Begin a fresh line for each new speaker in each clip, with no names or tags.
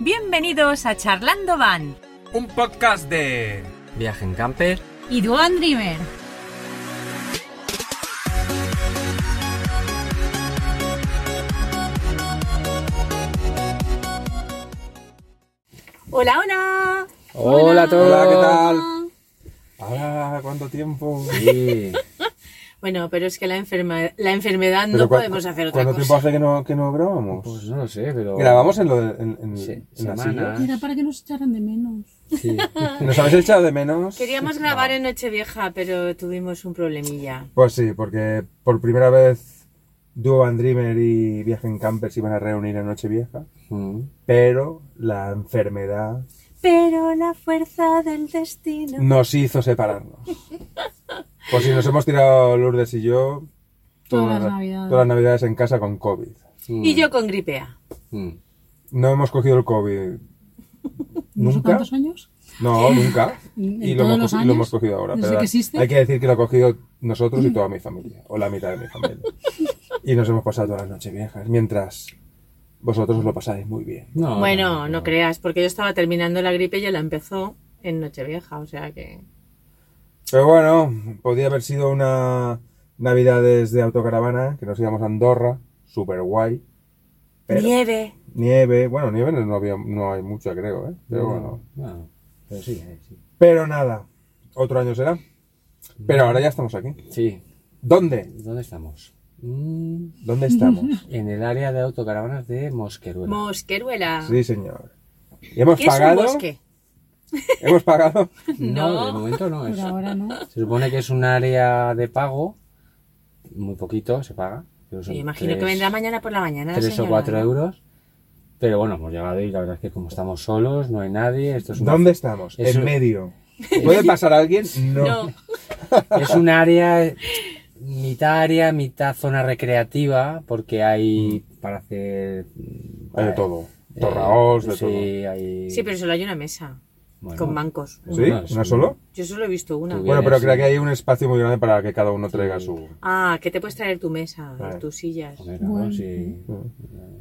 Bienvenidos a Charlando Van
Un podcast de...
Viaje en camper.
y Duan Dreamer. Hola, hola.
Hola a todos.
Hola, ¿qué tal? Hola, ¿cuánto tiempo?
Sí.
Bueno, pero es que la, enferma- la enfermedad no
Pero cua-
podemos hacer otra
¿Cuánto
cosa.
tiempo hace que no, que no grabamos?
Pues no lo sé, pero.
Grabamos en, lo de- en, en-
Sí,
en la
semana.
silla.
Era para que nos echaran de menos.
Sí.
¿Nos habéis echado de menos?
Queríamos grabar en Nochevieja, pero tuvimos un problemilla.
Pues sí, porque por primera vez Duo and Dreamer y Viaje en Camper se iban a reunir en Nochevieja,
Mm.
pero la enfermedad
Pero la fuerza del destino.
nos hizo separarnos. Pues si nos hemos tirado Lourdes y yo
Todas
toda-
las navidades.
todas las navidades en casa con COVID.
Mm.
Y yo con gripe A.
Mm.
No hemos cogido el COVID.
¿No sé
¿Nunca?
cuántos años?
No, nunca.
¿En
Y lo
todos
hemos,
los
cogi- lo
años?
hemos cogido ahora.
¿Desde
pero
que existe?
Hay que decir que lo ha cogido nosotros y toda mi familia, o la mitad de mi familia. Y nos hemos pasado todas las noches viejas, mientras vosotros os lo pasáis muy bien.
No,
bueno, no, creas, porque yo estaba terminando la gripe y ella la empezó en Nochevieja, o sea que...
Pero bueno, podía haber sido una Navidades de autocaravana, que nos íbamos a Andorra, súper guay. Pero
Nieve.
nieve, bueno, nieve no, había, no hay mucha, creo, ¿eh? Pero bueno.
Bueno, pero sí, eh, sí.
Pero nada, otro año será. Pero ahora ya estamos aquí.
Sí.
¿Dónde?
¿Dónde estamos? Mm,
¿Dónde estamos?
En el área de autocaravanas de Mosqueruela.
Mosqueruela.
Sí, señor. Y hemos
¿Qué es un
pagado.
bosque?
Hemos pagado.
no,
No.
de momento no
Por
es.
ahora no.
Se supone que es un área de pago. Muy poquito se paga. pero son
Yo imagino que
tres-
vendrá mañana por la mañana. la
tres o
señora.
cuatro euros. Pero bueno, hemos llegado y la verdad es que como estamos solos, no hay nadie. Esto es una
¿Dónde estamos?
Es
en
un-
medio. ¿Puede pasar alguien? No.
No,
Es un área, mitad área, mitad zona recreativa, porque hay
Mm.
para hacer.
Hay de
eh,
todo.
eh,
Torraos, de
sí, hay.
sí, pero solo hay una mesa,
bueno,
con bancos.
todo. ¿Sí?
Bueno, es
¿Una
un-
solo?
Yo solo he visto una.
Tú
Bueno,
vienes
pero
y-
creo que hay un espacio muy grande para que cada uno traiga su.
Ah, que te puedes traer tu mesa,
Vale.
tus sillas.
Joder, claro,
Bueno.
sí.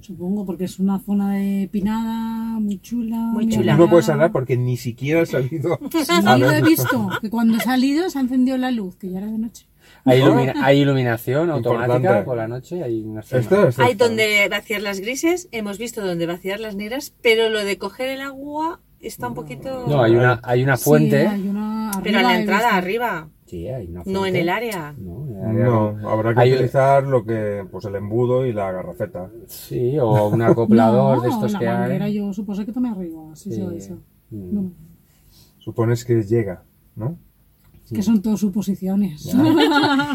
Supongo, porque es una zona de pinada, muy chula.
Muy
bien
chula.
No
regada.
puedes hablar porque ni siquiera has salido.
Sí,
A
lo he
ver.
visto, que cuando he salido se ha encendido la luz, que ya era de noche.
Hay, ilumina- hay iluminación automática
Importante.
por la noche. Hay una zona-
Esto es.
Hay
esto.
donde vaciar las grises, hemos visto donde vaciar las negras, pero lo de coger el agua está un poquito...
No, hay una, hay una
Sí,
fuente.
hay una arriba,
pero en la
he
entrada,
visto.
arriba,
Sí, hay una
no
fuente.
en el área.
No, en el área
No, habrá que
Hay-
utilizar lo que. Pues el embudo y la garrafeta.
Sí, o un acoplador
No,
de estos
la
que
manguera,
hay.
yo supuse que tomé arriba, sí,
Sí.
sí, eso.
Mm.
No,
Supones que llega, ¿no?
es que son todas suposiciones.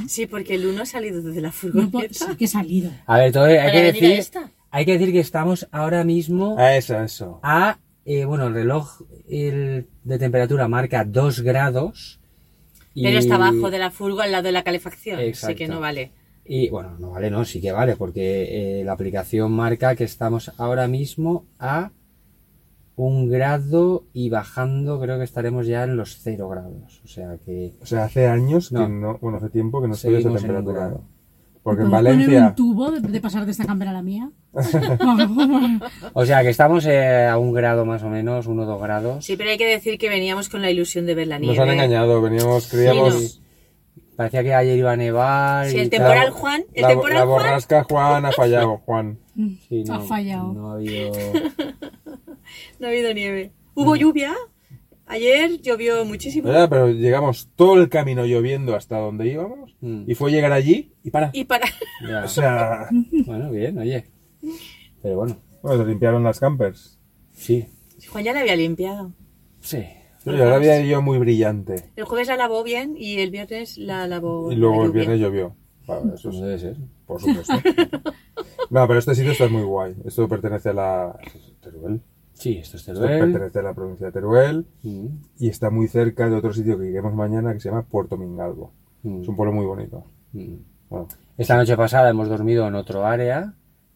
Sí, porque el uno ha salido desde la
Ah. No po- sí
furgoneta.
que he salido.
A ver, todo, hay,
Para
que
venir a
decir,
esta.
hay que decir que estamos ahora mismo
A eso, a eso.
a, eh, bueno, el reloj el de temperatura marca 2 grados. y-
Pero está abajo de la furgo, al lado de la calefacción,
Exacto.
así que no vale.
Y bueno, no vale, no, sí que vale, porque eh, la aplicación marca que estamos ahora mismo a un grado y bajando creo que estaremos ya en los 0 grados. O sea que...
O sea, hace años
No.
que no. Bueno, hace tiempo que no estoy a esa
Seguimos en un
temperatura.
grado.
Porque en
¿Puedes poner
Valencia.
un tubo de, de pasar de esta cámara a la mía?
O sea que estamos eh, a un grado más o menos, 1 o 2 grados.
Sí, pero hay que decir que veníamos con la ilusión de ver la nieve.
Nos han engañado, veníamos, creíamos.
Sí,
Parecía que ayer iba a nevar.
Sí,
y
el
tal.
temporal Juan, el
la,
temporal
la
Juan.
borrasca Juan ha fallado, Juan.
Sí, no,
Ha fallado.
No ha habido...
No ha habido nieve. ¿Hubo lluvia? Ayer llovió muchísimo.
¿Verdad? Pero llegamos todo el camino lloviendo hasta donde íbamos
Mm.
y fue llegar allí y para.
Y para...
ya.
O sea,
Bueno, bien, oye. Pero bueno,
bueno, se limpiaron las campers.
sí,
Juan ya la había limpiado.
sí.
Sí, ahora había yo muy brillante.
El jueves la lavó bien y el viernes la lavó.
Y luego
la
el
lluvia.
viernes llovió. Claro, eso
Eso
es,
debe ser.
por supuesto. No, pero este sitio está muy guay. Esto pertenece a la. Teruel.
Sí, esto es
Esto
Teruel.
pertenece a la provincia de Teruel
Mm,
y está muy cerca de otro sitio que iremos mañana que se llama Puerto Mingalvo.
mm,
Es un pueblo muy bonito.
mm.
Bueno,
Esta noche pasada hemos dormido en otro área,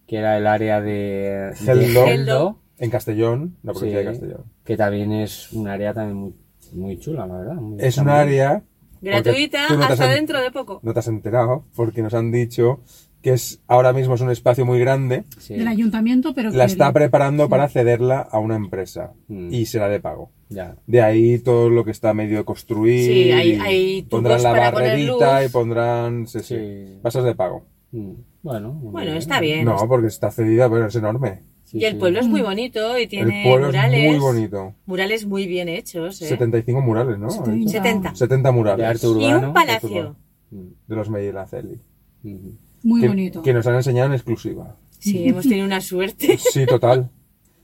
que era el área de de
Geldo.
Geldo,
en Castellón, la provincia
sí,
de Castellón.
que también es un área también muy, muy chula, la verdad. muy-
Es un
también.
área. porque
Gratuita
tú no te has
hasta
en-
dentro de poco.
No te has enterado porque nos han dicho que es ahora mismo es un espacio muy grande,
Sí.
del ayuntamiento, pero
la
que-
está preparando para cederla a una empresa
Mm.
y será de pago.
Ya.
De ahí todo lo que está medio de construir.
Sí, hay-
y
hay trucos
pondrán la
para poner
barrerita y
luz.
pondrán. Sí, sí.
Sí.
Pasas de pago.
Mm. Bueno, muy
Bueno, está bien.
No, porque está cedida, pero es enorme.
Sí,
Y el
sí.
pueblo es muy bonito y tiene
El pueblo
murales.
es muy bonito.
Murales muy bien hechos, ¿eh?
75 murales, ¿no?
70.
70.
70
De
murales.
arte
De,
Y
urbano.
un palacio.
Mm,
los Medinaceli.
mm.
Muy
que,
bonito.
Que nos han enseñado en exclusiva.
Sí, hemos tenido una suerte.
Sí, total.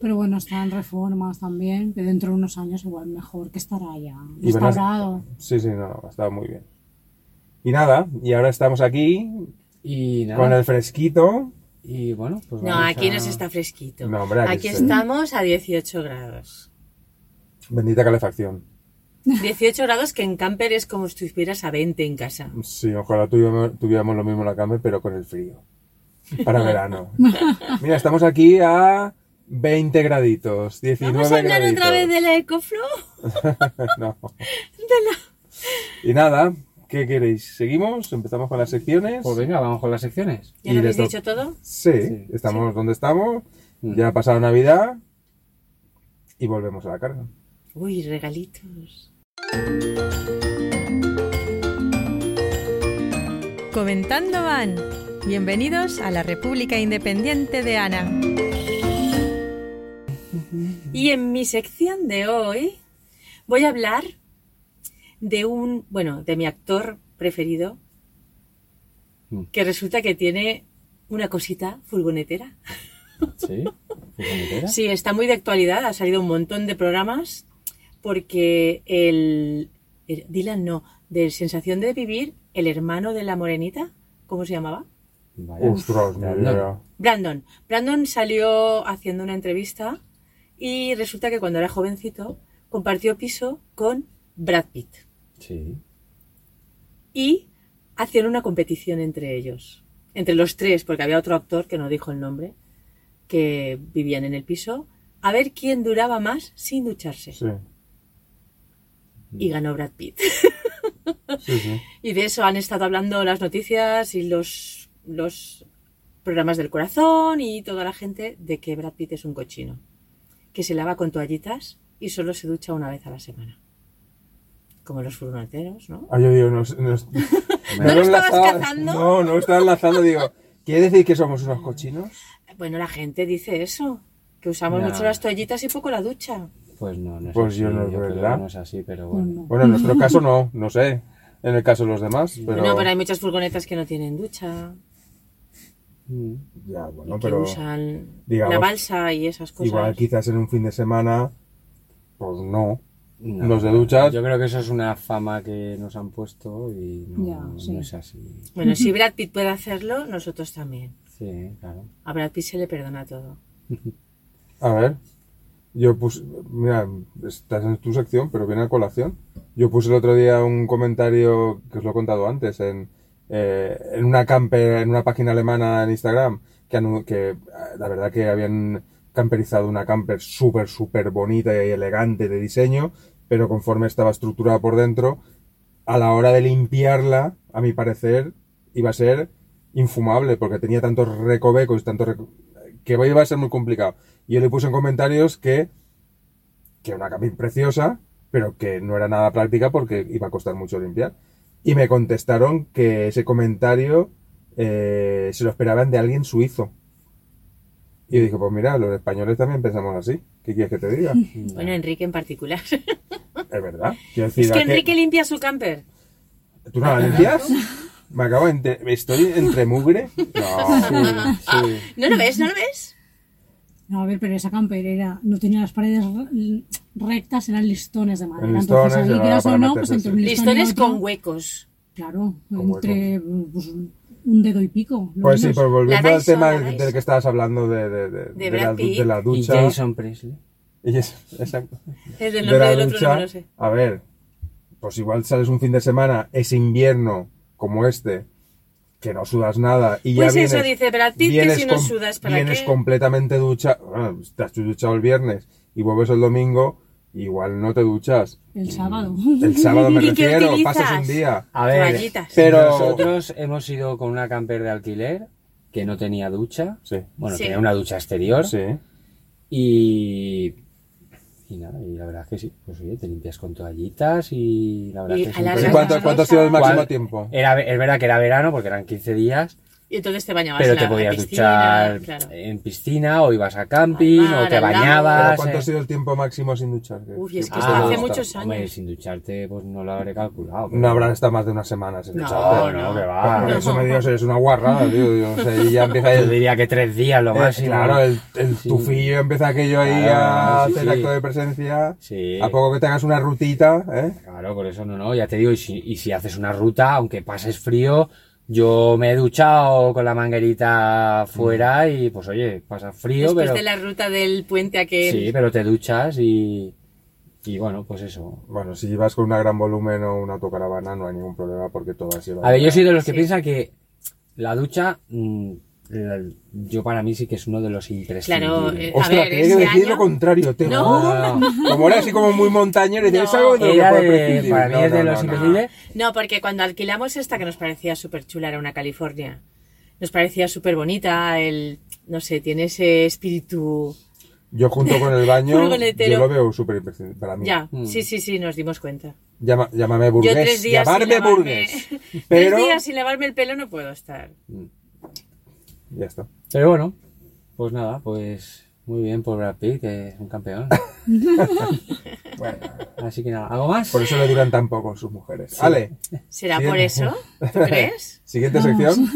Pero bueno, están reformas también, que dentro de unos años igual mejor que estará ya
Y van a-
restaurado.
Sí, sí, no, no, estaba muy bien. Y nada, y ahora estamos aquí
Y nada.
con el fresquito.
Y bueno, pues
No,
vamos
aquí
a-
nos está fresquito.
No, hombre, aquí
aquí
sí.
estamos a 18 grados.
Bendita calefacción.
18 grados que en camper es como si estuvieras a 20 en casa.
Sí, ojalá tuviéramos, tuviéramos lo mismo en la cama, pero con el frío. Para verano. Mira, estamos aquí a 20 graditos, 19
Vamos a hablar
graditos.
otra vez de la Ecoflow.
no. Y nada, ¿qué queréis? ¿Seguimos? ¿Empezamos con las secciones?
Pues venga, vamos con las secciones.
¿Ya
Y
lo habéis
de
dicho todo?
Sí,
Sí.
estamos donde estamos.
Mm.
Ya ha pasado Navidad. Y volvemos a la carga.
Uy, regalitos.
Comentando van. Bienvenidos a la República Independiente de Ana.
Y en mi sección de hoy voy a hablar de un, bueno, de mi actor preferido,
Mm.
que resulta que tiene una cosita furgonetera.
Sí. pues, ¿Furgonetera?
Sí, está muy de actualidad, ha salido un montón de programas, porque el, el- Dylan no, de Sensación de Vivir, el hermano de la morenita, ¿cómo se llamaba?
Vaya.
Ostras,
Ya,
me
no.
veo.
Brandon. Brandon salió haciendo una entrevista y resulta que cuando era jovencito compartió piso con Brad Pitt
Sí.
y hacían una competición entre ellos, entre los tres, porque había otro actor que no dijo el nombre, que vivían en el piso, a ver quién duraba más sin ducharse.
Sí,
Y ganó Brad Pitt.
sí, sí.
Y de eso han estado hablando las noticias y los, los programas del corazón y toda la gente de que Brad Pitt es un cochino, que se lava con toallitas y solo se ducha una vez a la semana. Como los furgoneteros, ¿no?
Ay, ay, ay, Ah, nos- nos-
¿No lo
lo
estabas
enlazaba-
cazando?
No, no lo estaba enlazando, digo. ¿Quiere decir que somos unos cochinos?
Bueno, la gente dice eso, que usamos
Ya.
mucho las toallitas y poco la ducha.
Pues no, no es
Pues
así.
yo no,
creo que
¿verdad?
no es así, pero bueno.
Bueno, en nuestro caso no, no sé. En el caso de los demás, pero.
No, pero hay muchas furgonetas que no tienen ducha,
Mm.
Ya, bueno,
que
pero.
usan
digamos,
la balsa y esas cosas.
Igual quizás en un fin de semana, pues no.
Mm. No.
Los de duchas.
Yo creo que eso es una fama que nos han puesto y no,
Ya,
no
sí.
es así.
Bueno, si Brad Pitt puede hacerlo, nosotros también.
Sí, claro.
A Brad Pitt se le perdona todo.
A ver, yo puse, mira, estás en tu sección, pero viene a colación. Yo puse el otro día un comentario que os lo he contado antes en, eh, en una camper, en una página alemana en Instagram, que, anu- que eh, la verdad que habían camperizado una camper súper, súper bonita y elegante de diseño, pero conforme estaba estructurada por dentro, a la hora de limpiarla, a mi parecer, iba a ser infumable, porque tenía tantos recovecos, tantos reco- que iba a ser muy complicado. Y yo le puse en comentarios que, que era una camping preciosa, pero que no era nada práctica porque iba a costar mucho limpiar. Y me contestaron que ese comentario eh, se lo esperaban de alguien suizo. Y yo dije, pues mira, los españoles también pensamos así. ¿Qué quieres que te diga?
Bueno, Enrique en particular.
es verdad. Quiero decir,
es que
¿a qué-
Enrique limpia su camper.
¿Tú no la limpias? Me acabo de enter- ¿Estoy entre mugre? No.
Sí,
¿No lo ves? ¿No lo ves?
No, a ver, pero esa camper era, no tenía las paredes re- rectas, eran listones de madera.
Listones,
Entonces, ahí
era
quieras
para
o no,
meterse,
pues entre un
sí.
listón y
Listones
otro,
con huecos.
Claro,
Con
entre pues, un dedo y pico. lo
Pues sí,
menos.
pues volviendo
La
al
Dyson,
tema
la
del
Dyson.
que estabas hablando de, de- de- de
Brad
la, du-
Pitt.
de la
Y
ducha.
Jason Presley.
Y es- exacto.
El Eh, del
de
nombre
la
del otro
ducha,
no me lo sé.
A ver, pues igual sales un fin de semana, es invierno como este, que no sudas nada y
Pues
ya
eso
vienes-
dice Brad Pitt, que
vienes
si no
com-
sudas, ¿para
vienes
qué?
completamente ducha, bueno, te has duchado el viernes y vuelves el domingo, igual no te duchas.
El sábado.
El sábado me
¿Y qué
refiero,
utilizas?
pasas un día.
A ver,
Toallitas.
pero
nosotros hemos ido con una camper de alquiler que no tenía ducha.
Sí.
Bueno,
Sí.
tenía una ducha exterior.
Sí.
Y. Y nada, y la verdad es que sí. Pues oye, te limpias con toallitas y la verdad
Y
es que es un
alargas
¿Y
proceso.
cuánto, cuánto ha sido el máximo
¿Cuál?
tiempo?
Era, es verdad que era verano porque eran 15 días,
Y entonces te bañabas
pero
en la,
te podías
la piscina,
duchar Eh,
claro.
en piscina o ibas a camping
Al mar,
o te
al lago.
¿Pero
bañabas.
¿Cuánto
eh. Ah,
ha sido el tiempo máximo sin duchar?
Uy, es que
¿Cuánto
esto hace
tiempo
muchos
está?
años.
Hombre, sin ducharte pues no lo habré calculado. pero-
No habrán estado más de una semana sin
No,
ducharte.
no,
no.
que va.
Por eso me dio, es una guarrada, tío. Yo no sé, y ya empieza
Yo
el,
diría que tres días lo
Eh,
máximo.
claro, el, el
Sí.
tufillo empieza aquello ahí
Claro,
a
sí,
hacer
sí.
acto de presencia.
Sí.
A poco que te hagas una rutita, ¿eh?
Claro, por eso no, no, ya te digo, y si, y si haces una ruta, aunque pases frío, yo me he duchado con la manguerita
Mm.
fuera y pues oye, pasa frío,
Después
pero...
de la ruta del puente aquel.
Sí, pero te duchas y... Y bueno, pues eso.
Bueno, si vas con una gran volumen o una autocaravana no hay ningún problema porque todas llevan.
A ver, yo soy de los que
Sí.
piensa que la ducha, mm, la- yo para mí sí que es uno de los imprescindibles.
Claro, eh, a
Ostras,
ver,
tenía que
este
decir lo
año-
contrario, te
No.
Ah,
juro. Como era así como muy montañero, y decía,
No.
es algo de lo que
Era
puedo
de-
prescindir.
para mí
No,
es de
no,
los
no, no.
imprescindibles.
Ah. No, porque cuando alquilamos esta que nos parecía súper chula, era una California, nos parecía súper bonita, el, no sé, tiene ese espíritu...
Yo junto con el baño,
Furgonetero.
yo lo veo súper imprescindible para
Mm.
mí.
Ya, sí, sí, sí, nos dimos cuenta.
Llama- llámame
Yo
burgués.
tres días sin
llamarme
lavarme...
burgués. Pero
Tres días sin lavarme el pelo no puedo estar.
ya está.
Pero bueno, pues nada, pues muy bien por Brad Pitt, que es un campeón.
Bueno,
Así que nada, ¿algo más?
por eso le duran tan poco sus mujeres. Ale,
¿Será
Bien.
por eso? ¿Tú crees?
siguiente sección.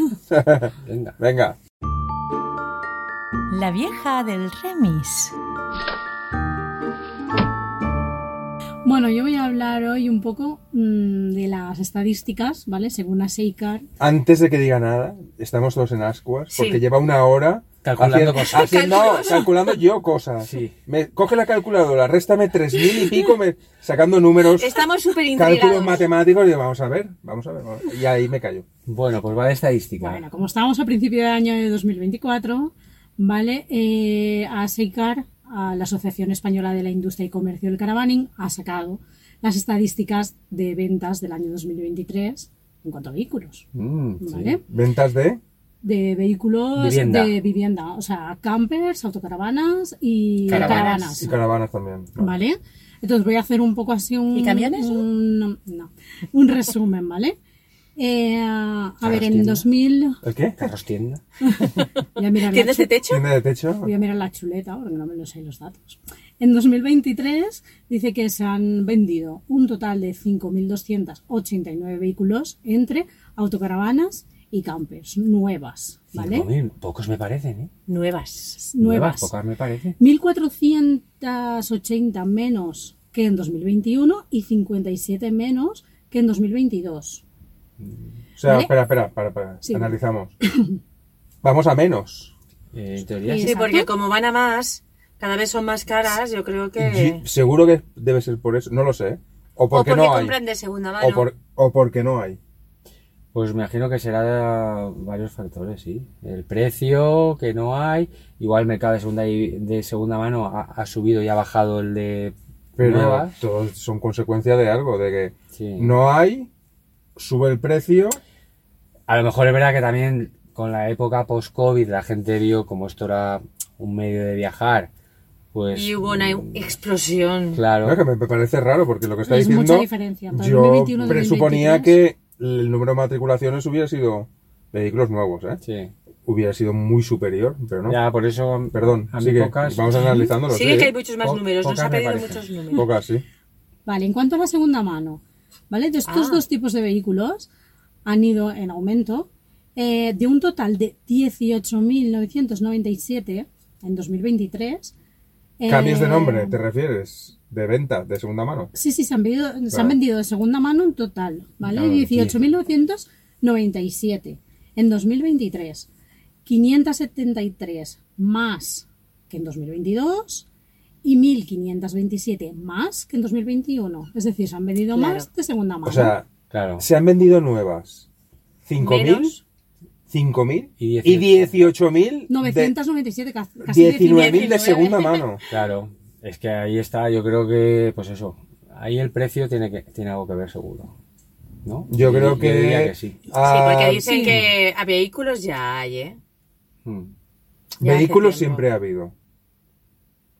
Venga.
Venga.
La vieja del remis.
Bueno, yo voy a hablar hoy un poco mm, de las estadísticas, ¿vale? Según Aseikar.
Antes de que diga nada, estamos todos en ascuas,
Sí.
porque lleva una hora
Calculando
haciendo,
cosas.
haciendo- calculando yo cosas.
Sí.
Me, coge la calculadora, réstame tres mil y pico, me- sacando números,
Estamos súper
cálculos
intrigados.
matemáticos, y vamos a ver, vamos a ver. vamos a ver. Y ahí me callo.
Bueno, pues va de estadística.
Bueno, como estamos a principio del año de 2024, ¿vale? Eh, Aseicar, a la Asociación Española de la Industria y Comercio del Caravaning, ha sacado las estadísticas de ventas del año 2023 en cuanto a vehículos,
Mm, sí.
¿vale?
Ventas de...
de vehículos
Vivienda.
de vivienda, o sea, campers, autocaravanas y
Caravanas.
caravanas,
Y caravanas también.
¿vale? Entonces voy a hacer un poco así un
¿Y camiones, no?
un, no, un resumen, ¿vale? Eh, a ver, en
tienda.
2000
¿El qué?
Carros tienda.
voy a mirar la
¿Tienes de techo?
¿Tienda de techo?
Voy a mirar la chuleta porque no me lo sé los datos. En 2023 dice que se han vendido un total de 5.289 vehículos entre autocaravanas y campers nuevas, ¿vale?
5.000, Pocos me parecen, ¿eh?
Nuevas.
Nuevas.
Pocas me parecen.
1.480 menos que en 2021 y 57 menos que en 2022.
O sea,
¿Vale?
espera, espera, para, para.
Sí.
Analizamos. Vamos a menos.
Eh, en teoría
Sí.
sí.
Sí, porque como van a más, cada vez son más caras, yo creo que...
Y Seguro que debe ser por eso, no lo sé. ¿eh? O
O
porque,
porque
no hay.
compran de segunda mano.
O, por- o porque no hay.
Pues me imagino que será varios factores, sí. El precio, que no hay. Igual el mercado de segunda, y- de segunda mano ha, ha subido y ha bajado el de
Pero
nuevas.
todos son consecuencia de algo, de que
Sí.
no hay, sube el precio.
A lo mejor es verdad que también con la época post-COVID la gente vio como esto era un medio de viajar. Pues,
Y hubo una explosión.
Claro.
No, que me me parece raro porque lo que está
Es mucha
diciendo.
diferencia, entre
Yo
2021 y
presuponía
2023.
que el número de matriculaciones hubiera sido vehículos nuevos, ¿eh?
Sí.
Hubiera sido muy superior, pero no.
Ya, por eso.
Perdón,
a mí
sigue.
pocas-
Vamos analizándolo.
Sigue que hay muchos más
Po-
números, nos ha
pocas me
pedido
parecen.
muchos números.
Pocas, sí.
Vale, en cuanto a la segunda mano, ¿vale? De estos
Ah.
dos tipos de vehículos han ido en aumento eh, de un total de 18.997 en 2023. eh,
Cambios de nombre, ¿te refieres? De venta, de segunda mano.
Sí, sí, se han, vendido, se han
Claro.
vendido de segunda mano en total, ¿vale?
Claro,
18.997 en 2023. 573 más que en 2022 y 1.527 más que en 2021. Es decir, se han vendido
Claro.
más de segunda mano.
O sea,
Claro.
se han vendido nuevas.
Menos.
5.000, 5.000
Y
y 18.000. de-
997, ca- casi
19.000 de
19.
segunda mano.
Claro, es que ahí está, yo creo que, pues eso, ahí el precio tiene que tiene algo que ver seguro, ¿no?
Yo creo que.
diría sí.
Sí,
ah,
porque dicen que a vehículos ya hay, ¿eh?
Mm.
Ya hace
Vehículos
tiempo.
siempre ha habido. O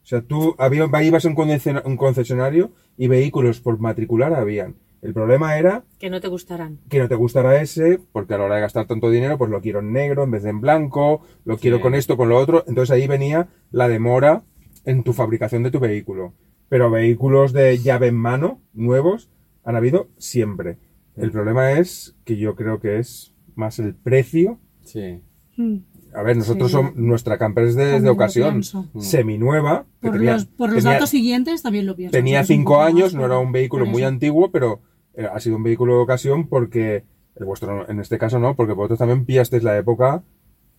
sea, tú había, ibas a un condiciona- un concesionario y vehículos por matricular habían. El problema era
Que no te gustarán.
que no te gustará ese, porque a la hora de gastar tanto dinero, pues lo quiero en negro en vez de en blanco, lo quiero con esto, con lo otro. Entonces ahí venía la demora en tu fabricación de tu vehículo. Pero vehículos de llave en mano, nuevos, han habido siempre. El problema es que yo creo que es más el precio.
Sí.
Mm.
A ver, nosotros
Sí.
som- nuestra camper es de,
También
de
lo
ocasión,
pienso.
seminueva. que
Por,
tenía-
los, por los
tenía-
datos siguientes también lo pienso.
Tenía
Es un
cinco
poco más,
años, no era un
pero-
vehículo
por
muy
eso.
antiguo, pero eh, ha sido un vehículo de ocasión porque el vuestro no- en este caso no, porque vosotros también pillasteis la época,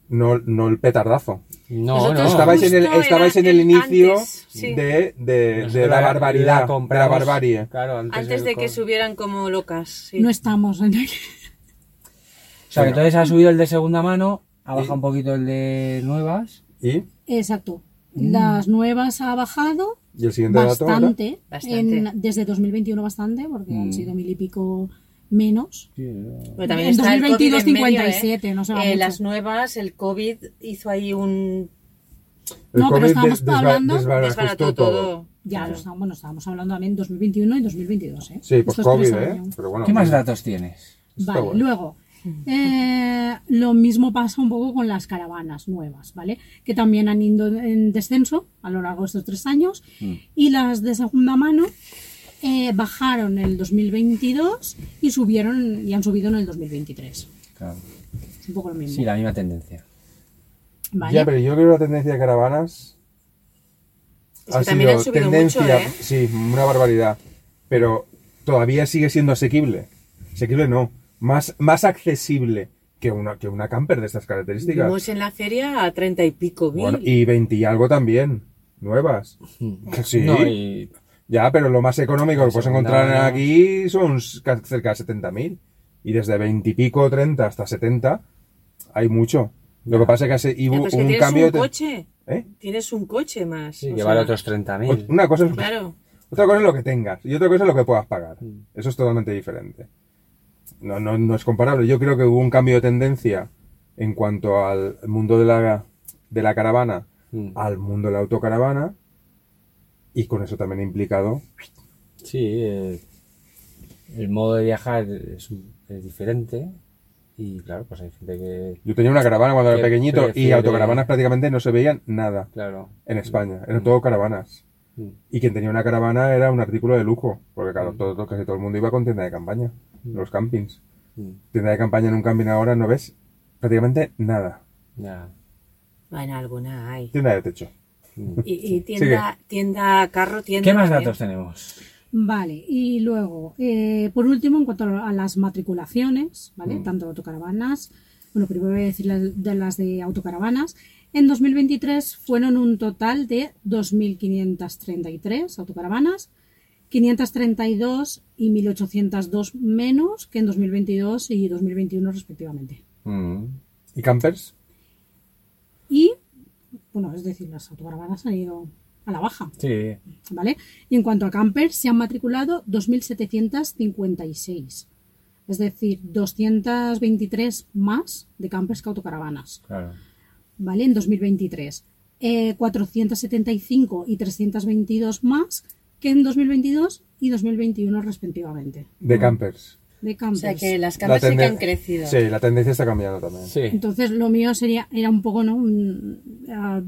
no, no el petardazo.
No,
Nosotros
no.
Estabais en el,
Justo
estabais en
era
el
el
inicio
antes, sí.
de, de-
Nosotros
de la barbaridad, de la
compramos-
barbarie.
Claro, antes,
Antes de
del
que
co-
subieran como locas. sí.
No estamos en
O sea, que
Bueno.
entonces ha subido el de segunda mano, ha bajado un poquito el de nuevas.
¿Y?
Exacto.
Mm.
Las nuevas ha bajado
¿Y el siguiente dato? ahora?
bastante,
Bastante.
en- desde 2021 bastante, porque
Mm.
han sido mil y pico menos.
Bueno, también
En
está el COVID
2022,
en medio,
57,
¿eh?
no se va mucho.
Las nuevas, el COVID hizo ahí un
El
No, pero
COVID
estábamos
desba-
hablando-
desbarajustó
desbarató todo.
Ya lo estamos, bueno, estábamos hablando también 2021 y 2022, ¿eh?
Sí, pues
Estos
COVID,
tres
¿eh?
años.
Pero bueno,
¿Qué más datos tienes?
está
Vale,
bueno.
luego, eh, lo mismo pasa un poco con las caravanas nuevas, ¿vale? Que también han ido en descenso a lo largo de estos tres años.
Mm.
Y las de segunda mano eh, bajaron en el 2022 y subieron y han subido en el 2023.
Claro.
Es un poco lo mismo.
Sí, la misma tendencia.
¿vale?
Ya, pero yo creo que la tendencia de caravanas
Es que también han subido mucho, ¿eh?
sí, una barbaridad. Pero todavía sigue siendo asequible. Asequible no, más, más accesible que una, que una camper de estas características.
Vimos en la feria a treinta y pico mil.
Bueno, y 20 y algo también, nuevas. Sí,
No, y pues
ya, pero lo más económico que puedes
Segunda
encontrar
mano.
aquí son s- ca- cerca de 70.000. Y desde 20 y pico, 30 hasta 70, hay mucho. Lo que pasa es que hace- y
Ya,
hubo
pero es que
un
tienes
cambio...
un
de-
coche.
¿Eh?
Tienes un coche más. o
sí, que
sea,
vale otros 30.000.
Pues Una cosa es
Claro.
Otra cosa es lo que tengas y otra cosa es lo que puedas pagar. Eso es totalmente diferente. No, no, no es comparable. Yo creo que hubo un cambio de tendencia en cuanto al mundo de la, de la caravana
Mm.
al mundo de la autocaravana y con eso también implicado.
Sí, eh, el modo de viajar es, un- es diferente. Y claro, pues hay gente que.
Yo tenía una caravana cuando era
Que
pequeñito y
prefiere-
autocaravanas prácticamente no se veían nada
Claro. mm,
en España. Eran todo caravanas. Y quien tenía una caravana era un artículo de lujo, porque claro, todo, todo- casi todo el mundo iba con tienda de campaña, en los campings.
Mm.
Tienda de campaña en un camping ahora no ves prácticamente nada.
Ya.
Bueno, alguna hay.
Tienda de techo.
Y, y tienda, tienda, carro, tienda.
mm. ¿Qué más
también.
datos tenemos?
Vale, y luego, eh, por último, en cuanto a las matriculaciones, ¿vale? Tanto autocaravanas, bueno, primero voy a decir las de, las de autocaravanas. En 2023 fueron un total de 2.533 autocaravanas, 532 y 1.802 menos que en 2022 y 2021 respectivamente.
Mm,
¿Y campers?
Y, bueno, es decir, las autocaravanas han ido a la baja.
Sí.
¿vale? Y en cuanto a campers, se han matriculado 2.756, es decir, 223 más de campers que autocaravanas,
Claro.
¿vale? En 2023, Eh, 475 y 322 más que en 2022 y 2021 respectivamente,
De
Mm.
campers.
de
O
campers.
sea que las camas sí que
tenden-
han crecido.
Pues Sí, la tendencia está cambiando también.
Sí.
Entonces, lo mío sería, era un poco, ¿no? Un- a,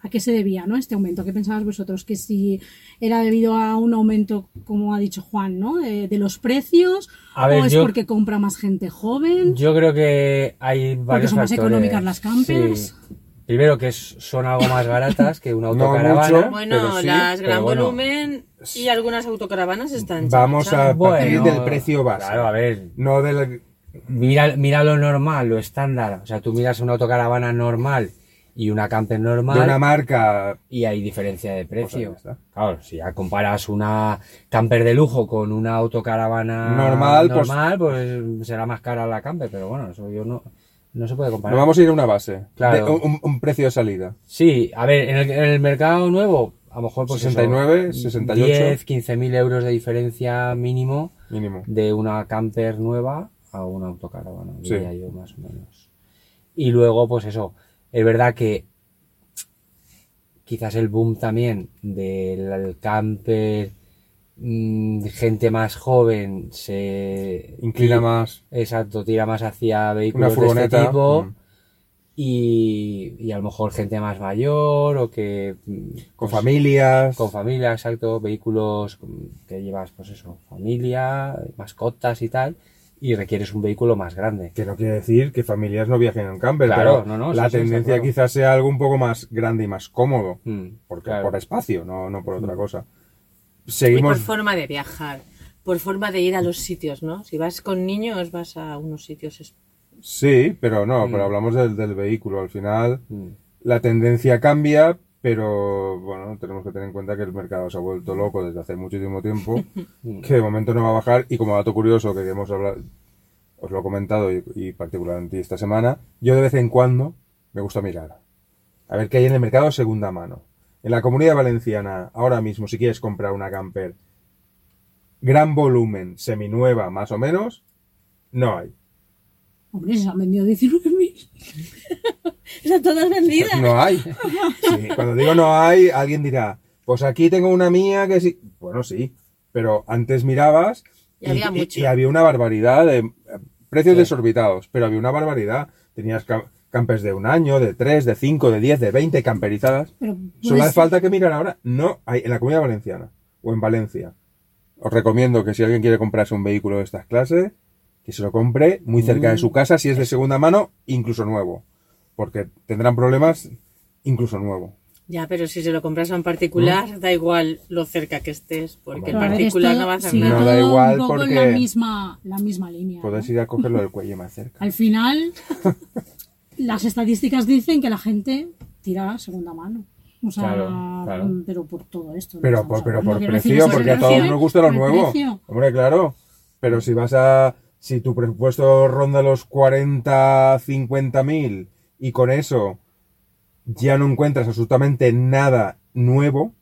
¿a qué se debía, ¿no? Este aumento. ¿Qué pensabas vosotros? Que si era debido a un aumento, como ha dicho Juan, ¿no? Eh, De, de los precios,
A ver,
o es
yo-
porque compra más gente joven.
Yo creo que hay varios
son más
factores.
económicas las campers.
Sí. Primero que es- son algo más baratas que una
No
autocaravana.
mucho.
Bueno,
Pero sí,
las gran
pero bueno.
volumen y algunas autocaravanas están.
Vamos a
Bueno,
partir del precio base.
Claro, a ver,
No del...
mira, mira lo normal, lo estándar. O sea, tú miras una autocaravana normal y una camper normal
de una marca...
y hay diferencia de precio.
Pues ahí está.
claro, si ya comparas una camper de lujo con una autocaravana
Normal, pues-
normal, pues, será más cara la camper, pero bueno, eso yo no, no se puede comparar.
No vamos a ir a una base.
Claro.
De- un, un precio de salida.
Sí, a ver, en el, en el mercado nuevo, a lo mejor pues
69,
eso,
68.
10, 15 mil euros de diferencia mínimo
Mínimo.
de una camper nueva a una autocaravana,
Sí.
diría yo más o menos. Y luego, pues eso, Es verdad que quizás el boom también del camper, mm, gente más joven se
Inclina más.
Exacto, tira más hacia
Una
vehículos de este
furgoneta.
tipo.
mm,
Y, y a lo mejor gente más mayor o que mm,
Con
pues,
familias.
con familia, exacto, vehículos mm, que llevas, pues eso, familia, mascotas y tal, y requieres un vehículo más grande.
Que no quiere decir que familias no viajen en camper,
Claro,
pero
no, no,
la
sí, sí, está
tendencia
claro.
quizás sea algo un poco más grande y más cómodo,
Mm,
porque
claro. Mm.
por espacio, no, no por otra cosa.
Y por
Seguimos,
forma de viajar, por forma de ir a los sitios, ¿no? Si vas con niños, vas a unos sitios. es-
sí, pero no, pero hablamos del, del vehículo. Al final,
Mm,
la tendencia cambia, pero bueno, tenemos que tener en cuenta que el mercado se ha vuelto loco desde hace muchísimo tiempo, que de momento no va a bajar. Y como dato curioso que queremos hablar, os lo he comentado y, y particularmente esta semana, yo de vez en cuando me gusta mirar a ver qué hay en el mercado segunda mano. En la comunidad valenciana, ahora mismo, si quieres comprar una camper gran volumen, seminueva más o menos, no hay.
Hombre, se han vendido 19.000. Están todas vendidas.
No hay. Sí, cuando digo no hay, alguien dirá, pues aquí tengo una mía que sí. Bueno, sí, pero antes mirabas
Y había mucho.
y había una barbaridad de eh, precios desorbitados, pero había una barbaridad. Tenías cam- campers de un año, de tres, de cinco, de diez, de veinte camperizadas.
Pero pues,
Solo hace
puedes-
falta que mirar ahora. No hay en la comunidad valenciana o en Valencia. Os recomiendo que si alguien quiere comprarse un vehículo de estas clases, que se lo compre muy cerca de su casa, si es de segunda mano, incluso nuevo. Porque tendrán problemas incluso nuevo.
Ya, pero si se lo compras a un particular,
¿Mm?
da igual lo cerca que estés, porque el
Pero a ver,
particular
esto
no va a hacer
sigue
No
nada.
da
todo
igual
un poco en
porque-
la misma, la misma línea. ¿no?
Podéis ir a cogerlo del cuello más cerca.
Al final, las estadísticas dicen que la gente tira segunda mano. O sea,
Claro, claro.
mm, pero por todo esto. ¿no?
Pero
Estamos
por, pero
hablando,
por
quiero decir,
precio,
es
porque
el
a todos
precio,
nos gusta lo
el
nuevo.
precio.
Hombre, claro. Pero si vas a. Si tu presupuesto ronda los 40, 50 mil y con eso ya no encuentras absolutamente nada nuevo,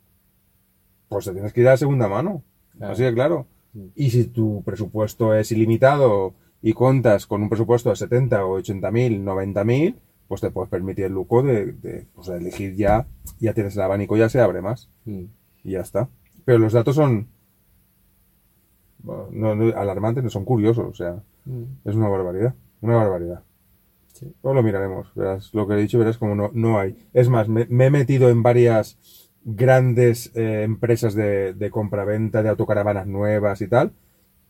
pues te tienes que ir a segunda mano.
Claro.
Así de claro. Y si tu presupuesto es ilimitado y contas con un presupuesto de 70 o 80 mil, 90 mil, pues te puedes permitir el lujo de, de, pues, de elegir ya, ya tienes el abanico, ya se abre más
mm.
y ya está. Pero los datos son bueno, no, no, alarmantes, no son curiosos, o sea,
mm.
es una barbaridad, una barbaridad.
Sí.
Pues lo miraremos, verás, lo que he dicho, verás como no, no hay. Es más, me, me he metido en varias grandes eh, empresas de, de compraventa, de autocaravanas nuevas y tal,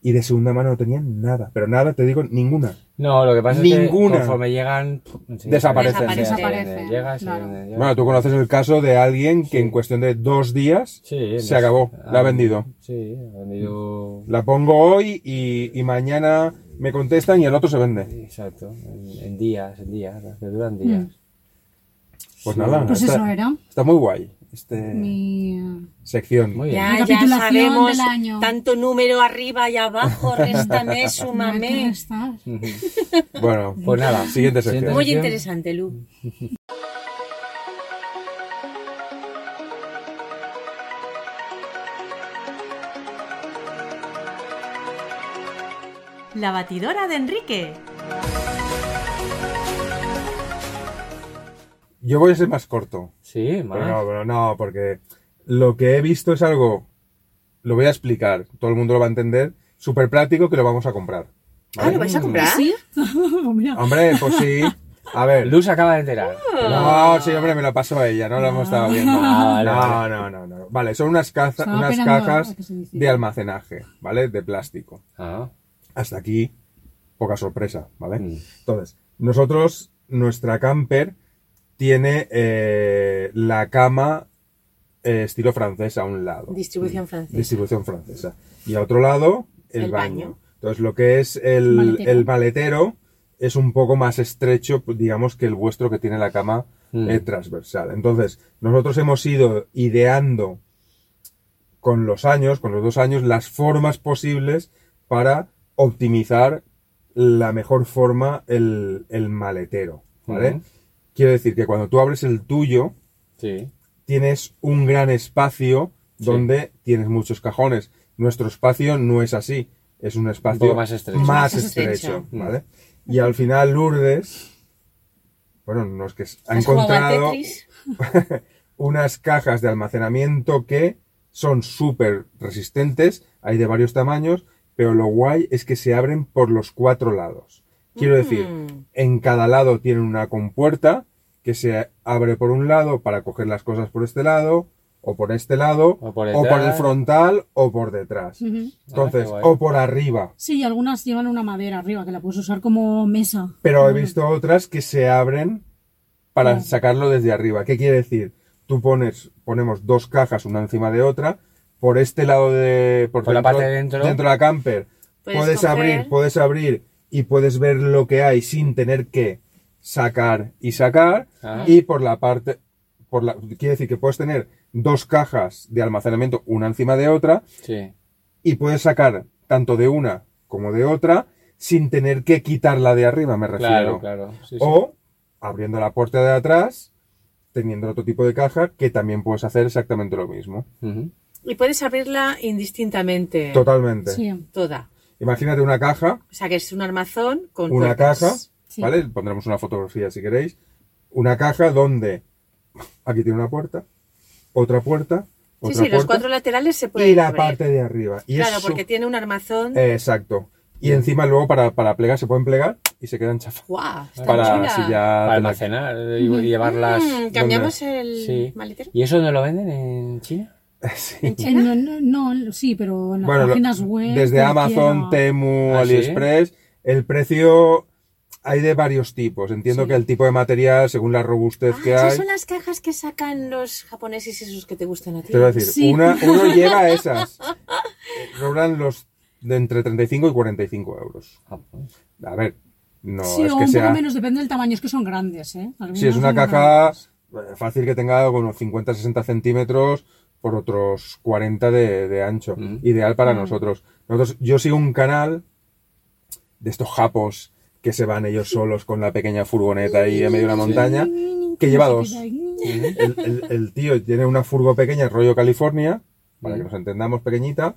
y de segunda mano no tenían nada, pero nada, te digo, ninguna.
No, lo que pasa es
Ninguna.
que conforme llegan... pff, enseguida
Desaparecen.
Desaparecen,
Llegas,
claro.
eh, llegas.
Bueno, tú conoces el caso de alguien que en cuestión de dos días
Sí, en
se
las-
acabó, la ha vendido.
Sí, ha vendido...
La pongo hoy y, y mañana me contestan y el otro se vende.
Exacto, en, en días, en días, las que duran
Mm.
días.
Pues
Sí.
nada,
Pues
está,
eso era
está muy guay esta
mi... eh,
sección.
Muy bien.
Ya, ya
Recapitulación
sabemos
del año.
tanto número arriba y abajo, réstame,
manera de
súmame.
estar.
Bueno,
Pues nada,
siguiente sección.
Muy interesante, Lu.
La batidora de Enrique.
Yo voy a ser más corto.
Sí,
Pero
más.
no, pero no, porque lo que he visto es algo, lo voy a explicar, todo el mundo lo va a entender, súper práctico que lo vamos a comprar.
Ah, ¿lo vais a comprar?
Mm. ¿Sí? Mira,
Hombre, pues sí. A ver.
Luz acaba de enterar.
Ah.
No, sí, hombre, me lo pasó a ella, no lo hemos estado viendo.
Ah, vale,
No, no, no, no. Vale, son unas, caza-
Estaba
unas
esperando
cajas
a que se
de
decidiera.
almacenaje, ¿vale? De plástico.
Ah,
hasta aquí poca sorpresa, ¿vale?
Mm.
Entonces, nosotros, nuestra camper tiene eh, la cama eh, estilo francesa a un lado, Mm.
Distribución francesa.
distribución francesa, y a otro lado el,
El
baño.
baño.
Entonces, lo que es el
Maletero.
el maletero es un poco más estrecho, digamos, que el vuestro que tiene la cama
Mm.
eh, transversal. Entonces, nosotros hemos ido ideando con los años, con los dos años, las formas posibles para optimizar la mejor forma el, el maletero. ¿Vale?
Ujú.
Quiero decir que cuando tú abres el tuyo,
sí.
tienes un gran espacio
Sí.
donde tienes muchos cajones. Nuestro espacio no es así, es un espacio
poco más estrecho.
más
Es más
estrecho,
estrecho.
¿vale? Y al final Lourdes, Bueno, no es que s- ha
¿Has jugado al
encontrado
Tetris?
unas cajas de almacenamiento que son súper resistentes, hay de varios tamaños, pero lo guay es que se abren por los cuatro lados. Quiero decir,
Mm.
en cada lado tienen una compuerta que se abre por un lado para coger las cosas por este lado, o por este lado,
O por
el
detrás. Ah,
frontal, o por detrás.
Ujú.
Entonces,
guay.
o por arriba.
Sí, y algunas llevan una madera arriba que la puedes usar como mesa.
Pero he visto otras que se abren para sacarlo desde arriba. ¿Qué quiere decir? Tú pones, ponemos dos cajas una encima de otra, por este lado de,
Por la parte de dentro.
dentro de la camper,
Puedes
puedes,
coger.
abrir, puedes abrir y puedes ver lo que hay sin tener que sacar y sacar.
Ah.
Y por la parte, por la, quiere decir que puedes tener dos cajas de almacenamiento una encima de otra
Sí.
y puedes sacar tanto de una como de otra sin tener que quitarla de arriba, me refiero.
Claro, claro. Sí, sí.
O abriendo la puerta de atrás, teniendo otro tipo de caja, que también puedes hacer exactamente lo mismo.
Ujú.
Y puedes abrirla indistintamente.
Totalmente.
Sí.
Toda.
Imagínate una caja,
O sea, que es un armazón con
una
puertas.
caja,
Sí.
¿vale? Pondremos una fotografía si queréis. Una caja donde aquí tiene una puerta, otra puerta,
Sí,
otra
sí, los
puerta,
cuatro laterales se pueden
y la
abrir.
parte de arriba. Y
claro,
es su-
porque tiene un armazón.
Eh, Exacto. Y encima luego para, para plegar se pueden plegar y se quedan chafadas.
¡Guau! Está
Para
chula.
si ya
Para
te la-
almacenar eh, y, y llevarlas.
Mm, ¿Cambiamos el
Sí.
maletero?
¿Y eso no lo venden en China?
Sí.
Eh, No, no, no, sí, pero en las
Bueno, lo-
páginas web.
desde
cualquiera-
Amazon, Temu,
Ah, ¿sí?
AliExpress, el precio hay de varios tipos. Entiendo que el tipo de material, según la robustez que
Ah, esas
hay,
son las cajas que sacan los japoneses esos que te gustan a ti.
te voy a decir,
Sí.
una, uno lleva esas. Cobran los de entre 35 y 45 euros.
Ah, pues.
A ver, no
Sí,
es
o
que
un poco
sea.
menos, depende del tamaño, es que son grandes, ¿eh?
Si es
Algunas
una
son
caja
grandes.
eh, fácil que tenga unos 50-60 centímetros por otros 40 de, de ancho.
Mm.
Ideal para nosotros. Nosotros, yo sigo un canal de estos japos que se van ellos solos con la pequeña furgoneta ahí en medio de la montaña, que lleva dos. El, el- el tío tiene una furgo pequeña, rollo California, para
Mm.
que nos entendamos, pequeñita,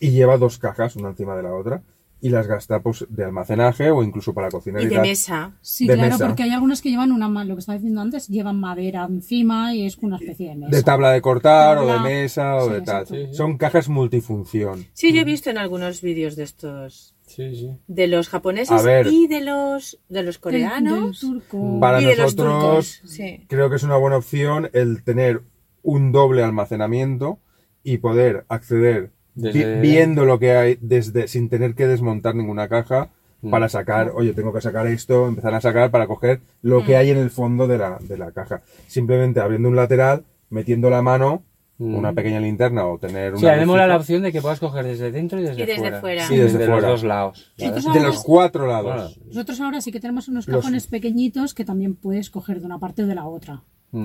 y lleva dos cajas, una encima de la otra, y las gasta pues, de almacenaje o incluso para cocinar.
Y de
tal.
mesa.
Sí,
de
claro,
mesa.
porque hay algunas que llevan una ma- lo que estaba diciendo antes, llevan madera encima y es una especie de mesa.
De tabla de cortar, o de
Tabla.
mesa, o
Sí,
de tal.
exacto.
Sí, sí.
Son cajas multifunción.
Sí, yo he visto en algunos vídeos de estos.
Sí, sí.
De los
A
japoneses
ver.
y de los, de los
Del- del
coreanos.
turco.
Para
y de los
nosotros-
turcos. Sí.
Creo que es una buena opción el tener un doble almacenamiento y poder acceder vi-
Desde-
viendo lo que hay desde sin tener que desmontar ninguna caja
Mm.
para sacar, oye, tengo que sacar esto, empezar a sacar para coger lo
Mm.
que hay en el fondo de la, de la caja. Simplemente abriendo un lateral, metiendo la mano, una pequeña linterna o tener una...
Mm. Sí, a mí me mola la
lucita.
opción de que puedas coger desde dentro y desde,
Y desde fuera.
Sí,
Sí, desde
desde,
fuera.
los dos lados.
Nosotros
De
ahora-
los cuatro lados.
Nosotros ahora sí que tenemos unos
Los-
cajones pequeñitos que también puedes coger de una parte o de la otra.
Mm.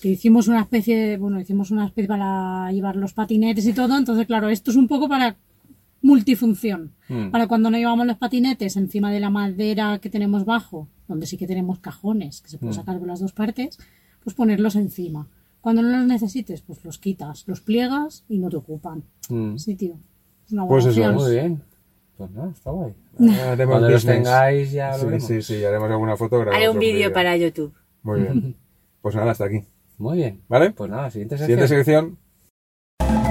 Que hicimos una especie de, bueno, hicimos una especie para llevar los patinetes y todo, entonces claro, esto es un poco para multifunción.
Mm.
Para cuando no llevamos los patinetes encima de la madera que tenemos bajo, donde sí que tenemos cajones que se
Mm.
pueden sacar por las dos partes, pues ponerlos encima. Cuando no los necesites, pues los quitas, los pliegas y no te ocupan.
Mm.
Sí, tío. Es una
Pues
buena
eso
opción.
es.
Muy bien. Pues nada, está guay.
Ah, haremos
Cuando los
business.
tengáis ya lo
sí,
vemos.
Sí, sí, haremos alguna fotografía.
Haré un vídeo para YouTube.
Muy bien. Pues nada, hasta aquí.
Muy bien.
¿Vale?
Pues nada, siguiente sección.
Siguiente sección.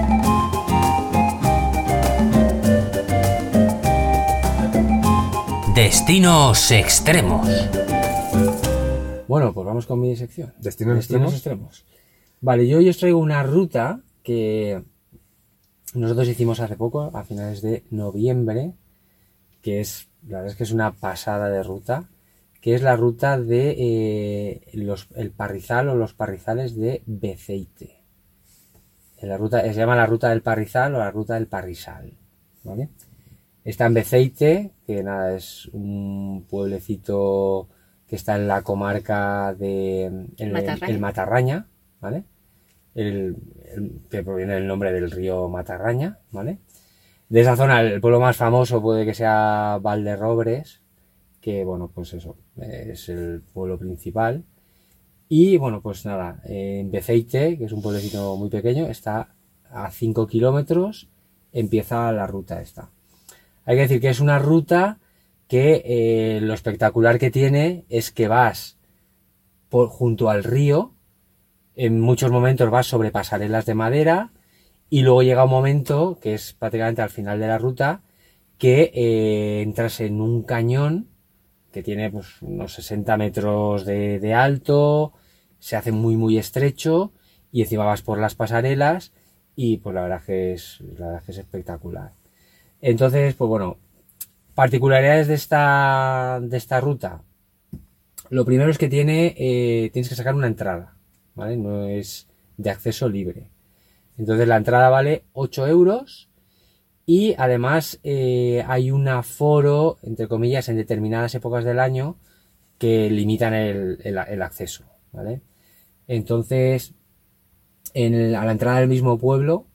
Destinos extremos.
Bueno, pues vamos con mi sección.
Destinos
extremos. Vale, yo hoy os traigo una ruta que nosotros hicimos hace poco, a finales de noviembre, que es, la verdad es que es una pasada de ruta, que es la ruta de eh, los, el parrizal o los parrizales de Beceite. En la ruta, se llama la ruta del parrizal o la ruta del parrizal. ¿Vale? Está en Beceite, que nada, es un pueblecito que está en la comarca de el,
Matarraña.
el Matarraña, ¿vale? El- el- que proviene del nombre del río Matarraña, ¿vale? De esa zona, el pueblo más famoso puede que sea Valderrobres, que bueno, pues eso, eh, es el pueblo principal. Y bueno, pues nada, en Beceite, que es un pueblecito muy pequeño, está a 5 kilómetros, empieza la ruta esta. Hay que decir que es una ruta que eh, lo espectacular que tiene es que vas por, junto al río, en muchos momentos vas sobre pasarelas de madera y luego llega un momento, que es prácticamente al final de la ruta, que eh, entras en un cañón que tiene pues, unos 60 metros de, de alto, se hace muy muy estrecho y encima vas por las pasarelas y pues la verdad es que es, la verdad es que es espectacular. Entonces, pues bueno, particularidades de esta, de esta ruta. Lo primero es que tiene, eh, tienes que sacar una entrada, ¿vale? No es de acceso libre. Entonces la entrada vale 8 euros y además eh, hay un aforo, entre comillas, en determinadas épocas del año que limitan el, el- el acceso, ¿vale? Entonces, en el- a la entrada del mismo pueblo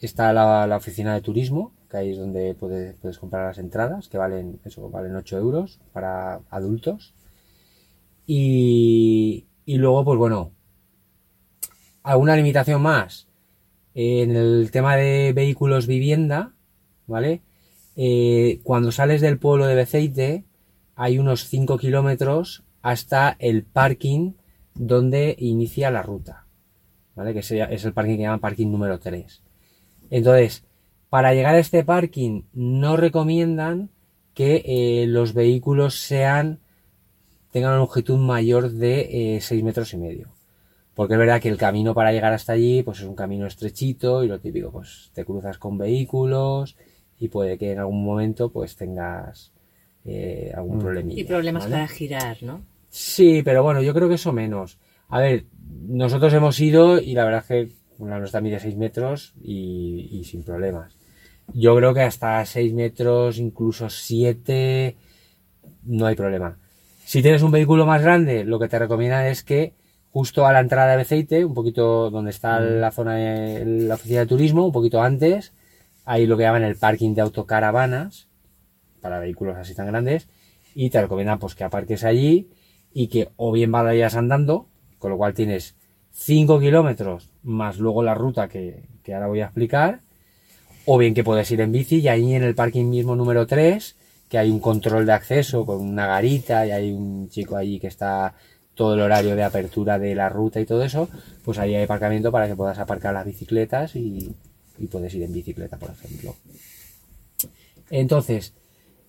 está la, la oficina de turismo, que ahí es donde puedes, puedes comprar las entradas, que valen, eso, valen 8 euros para adultos. Y, y luego, pues bueno, alguna limitación más. En el tema de vehículos vivienda, ¿vale? Eh, cuando sales del pueblo de Beceite, hay unos 5 kilómetros hasta el parking donde inicia la ruta, ¿vale? Que sea- es el parking que llaman parking número 3. Entonces, para llegar a este parking no recomiendan que eh, los vehículos sean tengan una longitud mayor de 6 metros y medio. Porque es verdad que el camino para llegar hasta allí pues es un camino estrechito y lo típico, pues te cruzas con vehículos y puede que en algún momento pues tengas eh, algún problemilla.
Y problemas
¿vale?
para girar, ¿no?
Sí, pero bueno, yo creo que eso menos. A ver, nosotros hemos ido y la verdad es que una nuestra mide 6 metros y, y sin problemas. Yo creo que hasta 6 metros, incluso 7, no hay problema. Si tienes un vehículo más grande, lo que te recomienda es que justo a la entrada de Beceite, un poquito donde está la zona de la oficina de turismo, un poquito antes, hay lo que llaman el parking de autocaravanas, para vehículos así tan grandes y te recomiendan pues que aparques allí y que o bien vayas andando, con lo cual tienes 5 kilómetros más luego la ruta que, que ahora voy a explicar, o bien que puedes ir en bici y ahí en el parking mismo número 3, que hay un control de acceso con una garita y hay un chico allí que está todo el horario de apertura de la ruta y todo eso, pues ahí hay aparcamiento para que puedas aparcar las bicicletas y, y puedes ir en bicicleta, por ejemplo. Entonces,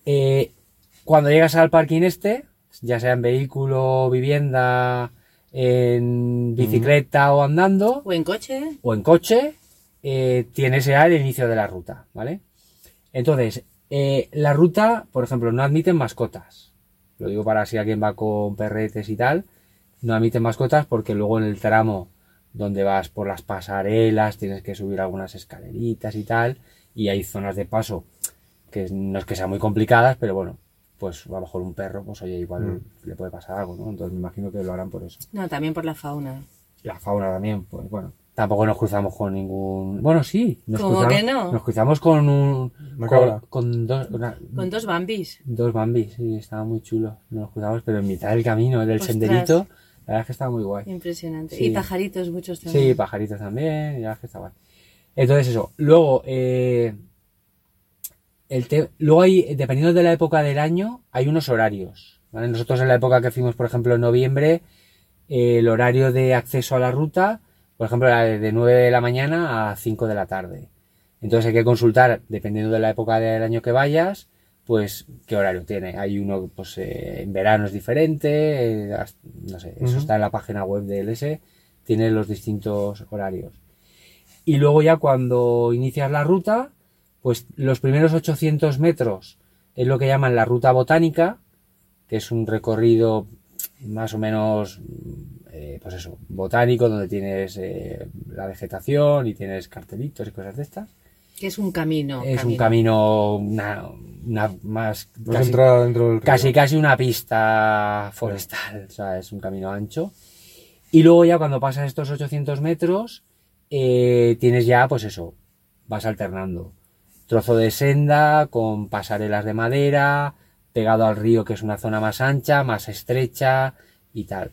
eh, cuando llegas al parking este, ya sea en vehículo, vivienda, en bicicleta o andando,
O en coche.
o en coche, eh, tienes ya el inicio de la ruta, ¿vale? Entonces, eh, la ruta, por ejemplo, no admiten mascotas. Lo digo para si alguien va con perretes y tal, no admiten mascotas porque luego en el tramo donde vas por las pasarelas, tienes que subir algunas escaleritas y tal, y hay zonas de paso que no es que sean muy complicadas, pero bueno, pues a lo mejor un perro, pues oye, igual le puede pasar algo, ¿no? Entonces me imagino que lo harán por eso
No, también por la fauna.
y la fauna también, pues bueno. Tampoco nos cruzamos con ningún. Bueno, sí, nos
¿Cómo
cruzamos.
que no?
Nos cruzamos con un.
Una
con,
cabra.
con dos. una-
Con dos bambis.
dos Bambis, sí, estaba muy chulo. Nos cruzamos, pero en mitad del camino, del
Ostras.
senderito, la verdad es que estaba muy guay.
Impresionante.
Sí.
Y pajaritos muchos también.
Sí, pajaritos también, ya que está guay. Entonces eso. Luego, eh, el te- luego hay, dependiendo de la época del año, hay unos horarios. ¿vale? Nosotros en la época que fuimos, por ejemplo, en noviembre, eh, el horario de acceso a la ruta, por ejemplo, era de 9 de la mañana a 5 de la tarde. Entonces hay que consultar, dependiendo de la época del año que vayas, pues qué horario tiene. Hay uno, pues eh, en verano es diferente, eh, hasta- no sé, eso
Ujú.
está en la página web del S, tiene los distintos horarios. Y luego ya cuando inicias la ruta, pues los primeros 800 metros es lo que llaman la ruta botánica, que es un recorrido más o menos, mm, eh, pues eso, botánico, donde tienes eh, la vegetación y tienes cartelitos y cosas de estas.
Que es un camino.
es un camino, una, una más...
Más
casi-
entrada dentro del río.
casi casi una pista forestal, o sea, es un camino ancho. Y luego ya cuando pasas estos 800 metros, eh, tienes ya, pues eso, vas alternando. Trozo de senda con pasarelas de madera, pegado al río que es una zona más ancha, más estrecha y tal.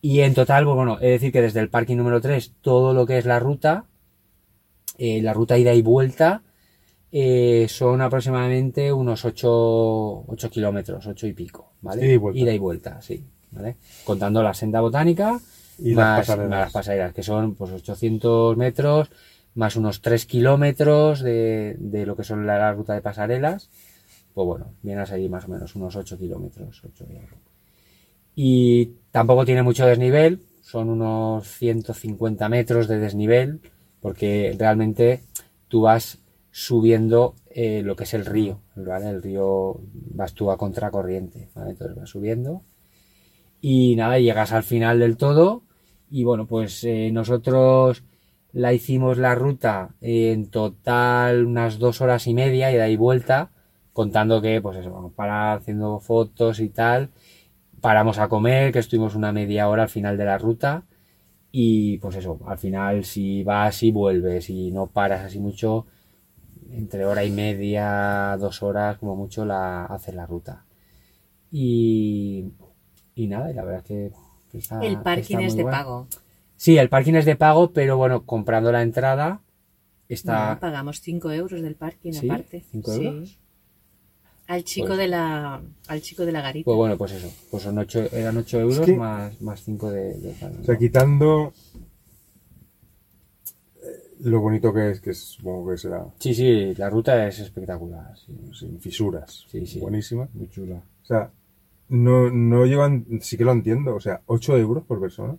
Y en total, pues bueno, es decir que desde el parking número 3, todo lo que es la ruta, eh, la ruta ida y vuelta, eh, son aproximadamente unos 8, kilómetros, 8 y pico, ¿vale?
Ida y vuelta.
Ida y vuelta, sí, ¿vale? Contando la senda botánica
Y las
más,
pasarelas.
más las pasarelas, que son pues 800 metros, más unos 3 kilómetros de, de lo que son la, la ruta de pasarelas. Pues bueno, vienes allí más o menos unos 8 kilómetros, 8 y algo. Y tampoco tiene mucho desnivel, son unos 150 metros de desnivel, porque realmente tú vas subiendo eh, lo que es el río, ¿vale? El río vas tú a contracorriente, ¿vale? Entonces vas subiendo y nada, llegas al final del todo y bueno, pues eh, nosotros la hicimos la ruta en total unas dos horas y media y de ahí vuelta, contando que pues eso, vamos a parar haciendo fotos y tal, paramos a comer, que estuvimos una media hora al final de la ruta y pues eso, al final si vas y vuelves y no paras así mucho, entre hora y media, dos horas como mucho la haces la ruta. Y, y nada, y la verdad es que que está-
El parking
Ah, está
es
muy
de
guay.
pago.
Sí, el parking es de pago, pero bueno, comprando la entrada
No,
está
pagamos 5 euros del parking
¿Sí?
aparte.
¿Cinco
Sí.
euros?
Al chico
Pues-
de la al chico de la garita.
pues bueno, pues eso, pues son ocho, eran 8 euros
que-
más, más 5 de, de pago,
O sea,
¿no?
quitando eh, lo bonito que es, que supongo que será
Sí, sí, la ruta es espectacular, sí,
sin fisuras,
Sí, sí.
buenísima.
muy chula.
O sea, no, no llevan, sí que lo entiendo, o sea, 8 euros por persona,